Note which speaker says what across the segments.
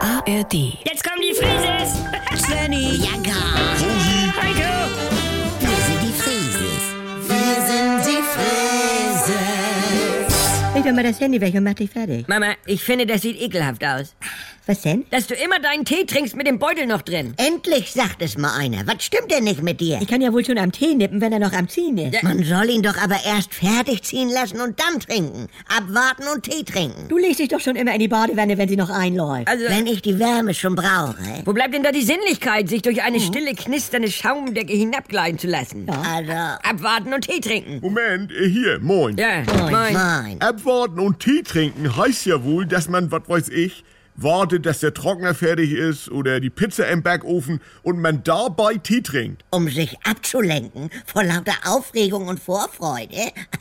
Speaker 1: ARD.
Speaker 2: Jetzt kommen die Frises!
Speaker 3: Svenny.
Speaker 4: Jagger.
Speaker 2: Heiko!
Speaker 4: Wir sind die Frieses. Wir sind die Frieses.
Speaker 3: Leg doch mal das Handy weg und mach dich fertig.
Speaker 2: Mama, ich finde, das sieht ekelhaft aus.
Speaker 3: Was denn?
Speaker 2: Dass du immer deinen Tee trinkst mit dem Beutel noch drin.
Speaker 4: Endlich sagt es mal einer. Was stimmt denn nicht mit dir?
Speaker 3: Ich kann ja wohl schon am Tee nippen, wenn er noch am Ziehen ist.
Speaker 4: Man soll ihn doch aber erst fertig ziehen lassen und dann trinken. Abwarten und Tee trinken.
Speaker 3: Du legst dich doch schon immer in die Badewanne, wenn sie noch einläuft.
Speaker 2: Also,
Speaker 4: Wenn ich die Wärme schon brauche.
Speaker 2: wo bleibt denn da die Sinnlichkeit, sich durch eine stille, knisternde Schaumdecke hinabgleiten zu lassen?
Speaker 4: Also,
Speaker 2: Abwarten und Tee trinken.
Speaker 5: Moment, äh, hier, moin.
Speaker 2: Ja, moin.
Speaker 4: nein.
Speaker 5: Abwarten und Tee trinken heißt ja wohl, dass man, was weiß ich, wartet, dass der Trockner fertig ist oder die Pizza im Backofen und man dabei Tee trinkt.
Speaker 4: Um sich abzulenken vor lauter Aufregung und Vorfreude.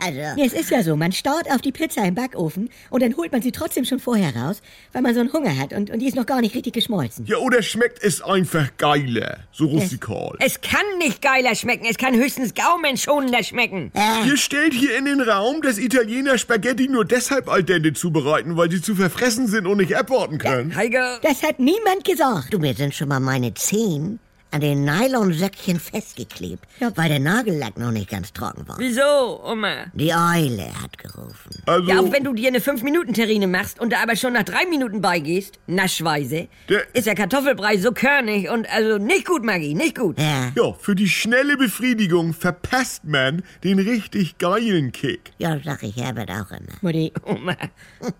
Speaker 4: Also,
Speaker 3: Nee, es ist ja so, man staut auf die Pizza im Backofen und dann holt man sie trotzdem schon vorher raus, weil man so einen Hunger hat und, und die ist noch gar nicht richtig geschmolzen.
Speaker 5: Ja, oder schmeckt es einfach geiler, so rustikal.
Speaker 2: Es kann nicht geiler schmecken, es kann höchstens gaumenschonender schmecken.
Speaker 4: äh,
Speaker 5: Ihr stellt hier in den Raum, dass Italiener Spaghetti nur deshalb al dente zubereiten, weil sie zu verfressen sind und nicht abwarten können.
Speaker 2: Heiko,
Speaker 3: Das hat niemand gesagt.
Speaker 4: du, mir sind schon mal meine Zehen an den Nylonsäckchen festgeklebt,
Speaker 3: Ja.
Speaker 4: weil der Nagellack noch nicht ganz trocken war.
Speaker 2: wieso, Oma?
Speaker 4: Die Eule hat gerufen.
Speaker 5: Also,
Speaker 2: Ja, auch wenn du dir eine 5-Minuten-Terrine machst und da aber schon nach 3 Minuten beigehst, naschweise,
Speaker 5: Der-
Speaker 2: ist der Kartoffelbrei so körnig und also nicht gut, Maggie, nicht gut.
Speaker 4: Ja,
Speaker 5: ja, für die schnelle Befriedigung verpasst man den richtig geilen Kick.
Speaker 4: ja, sag ich Herbert auch immer.
Speaker 3: Mutti,
Speaker 2: Oma.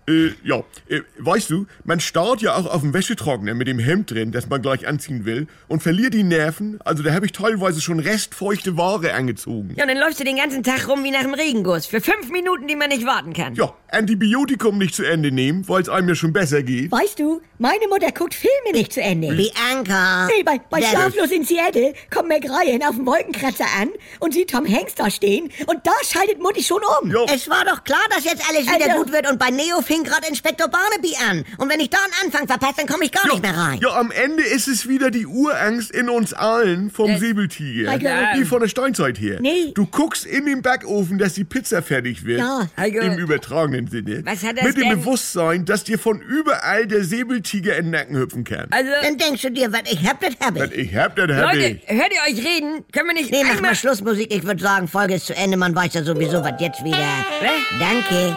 Speaker 5: Äh, ja, äh, weißt du, man starrt ja auch auf dem Wäschetrockner mit dem Hemd drin, das man gleich anziehen will, und verliert die Nerven. Also da habe ich teilweise schon restfeuchte Ware angezogen.
Speaker 2: Ja, und dann läufst du den ganzen Tag rum wie nach dem Regenguss. Für fünf Minuten, die man nicht warten kann.
Speaker 5: Ja, Antibiotikum nicht zu Ende nehmen, weil es einem ja schon besser geht.
Speaker 3: weißt du, meine Mutter guckt Filme nicht zu Ende.
Speaker 4: Bianca!
Speaker 3: Nee, bei, bei
Speaker 4: Das-
Speaker 3: Schlaflos in Seattle kommt Meg Ryan auf dem Wolkenkratzer an und sieht Tom Hanks da stehen und da schaltet Mutti schon um.
Speaker 5: Ja,
Speaker 4: Es war doch klar, dass jetzt alles wieder
Speaker 3: Also-
Speaker 4: gut wird und bei Neo fing gerade Inspektor Barnaby an. Und wenn ich da einen Anfang verpasse, dann komme ich gar nicht mehr rein.
Speaker 5: ja, am Ende ist es wieder die Urangst in uns allen vom Säbeltiger.
Speaker 3: Michael.
Speaker 5: Die von der Steinzeit her.
Speaker 3: Nee.
Speaker 5: Du guckst in den Backofen, dass die Pizza fertig wird.
Speaker 3: Ja.
Speaker 2: Michael.
Speaker 5: Im übertragenen Sinne.
Speaker 2: Was hat das
Speaker 5: Mit dem
Speaker 2: denn-
Speaker 5: Bewusstsein, dass dir von überall der Säbeltiger in den Nacken hüpfen kann.
Speaker 2: Also,
Speaker 4: Dann denkst du dir, was ich hab, das hab ich.
Speaker 5: Ich hab den hab
Speaker 2: Leute,
Speaker 5: ich.
Speaker 2: hört ihr euch reden? Können wir nicht
Speaker 4: Nee, mach mal
Speaker 2: einmal...
Speaker 4: Schlussmusik. Ich würde sagen, Folge ist zu Ende. Man weiß ja sowieso, was jetzt wieder. ne?
Speaker 2: Hä?
Speaker 4: Danke.